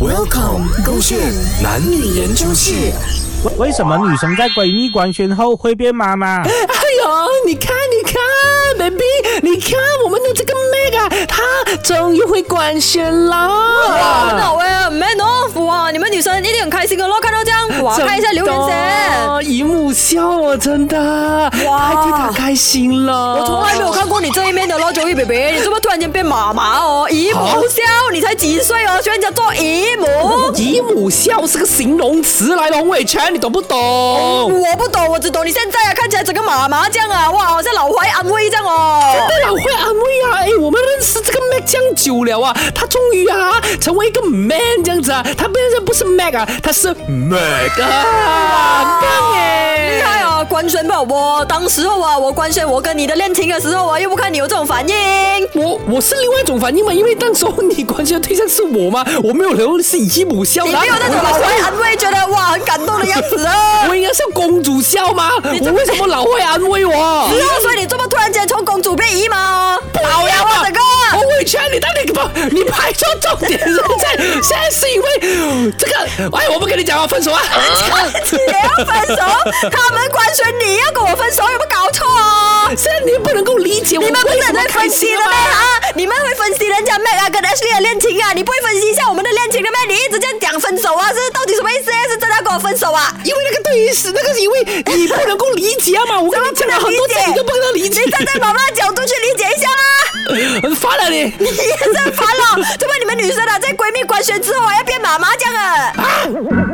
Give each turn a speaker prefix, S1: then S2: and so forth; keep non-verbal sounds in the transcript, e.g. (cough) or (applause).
S1: Welcome，勾线男女研究室。
S2: 为为什么女生在闺蜜官宣后会变妈妈？
S3: 哎呦，你看，你看，baby，你看我们的这个 mega，他终于会官宣
S4: 很
S3: 啦！
S4: 好哎，man off 哇！你们女生一定很开心的咯，看到这样哇，
S3: 真的
S4: 看一下留言先。，
S3: 姨母笑我真的，哇，替他开心了。
S4: 我从来没有看过你这一面的咯，周易 b a 你怎么突然间变妈妈哦？姨母笑，你才几岁哦，居然叫做姨母？
S3: 姨母笑是个形容词来，龙伟全，你懂不懂？
S4: 我不懂，我只懂你现在啊，看起来整个妈妈这样啊，哇，好像老怀安慰这样哦。
S3: 对老会安慰啊！哎，我们认识这个 Mac 这样久了啊，他终于啊成为一个 man 这样子啊，他变成不是 Mac 啊，他是 Mac 啊，棒哎，
S4: 厉害啊！官宣吧，我当时候啊，我官宣我跟你的恋情的时候啊，又不看你有这种反应。
S3: 我我是另外一种反应嘛，因为当时候你关心的对象是我嘛，我没有留是姨母笑，
S4: 你
S3: 然后
S4: 没有那种老啊怀安慰，觉得哇很感动的样子啊
S3: 我。应该是公主笑吗？我为什么老会安慰我？
S4: 是啊，所以你这么突然间从公主变姨妈哦？
S3: 老了
S4: 我整个
S3: 我委屈你，到底不？你排错重点是在
S4: (laughs)
S3: 现在是因为这个，哎，我不跟你讲啊，分手啊！
S4: 也要分手，他们官宣你要跟我分手，有没有搞错啊？
S3: 现在你不能够理解我
S4: 你们不
S3: 为什
S4: 是很
S3: 么
S4: 会
S3: 开
S4: 分析
S3: 心
S4: 的
S3: 了
S4: 咩
S3: 吗？
S4: 啊？你们会分析人家 Mac 啊跟 Ashley 的恋情啊？你不会分析一下我们的恋情的咩？你一直这样讲分手啊，这是到底什么意思？是真的要跟我分
S3: (laughs)
S4: 手啊？
S3: 因为那个对于是那个是因为你不能够理解啊嘛，我跟你讲了很多次，你都不能理解，
S4: (laughs) 你站在妈妈的角度去理解一下
S3: (laughs)
S4: 啦。
S3: 很烦了你。
S4: 你也真烦了，怎么你们女生啊，在闺蜜官宣之后还要变妈妈这样啊？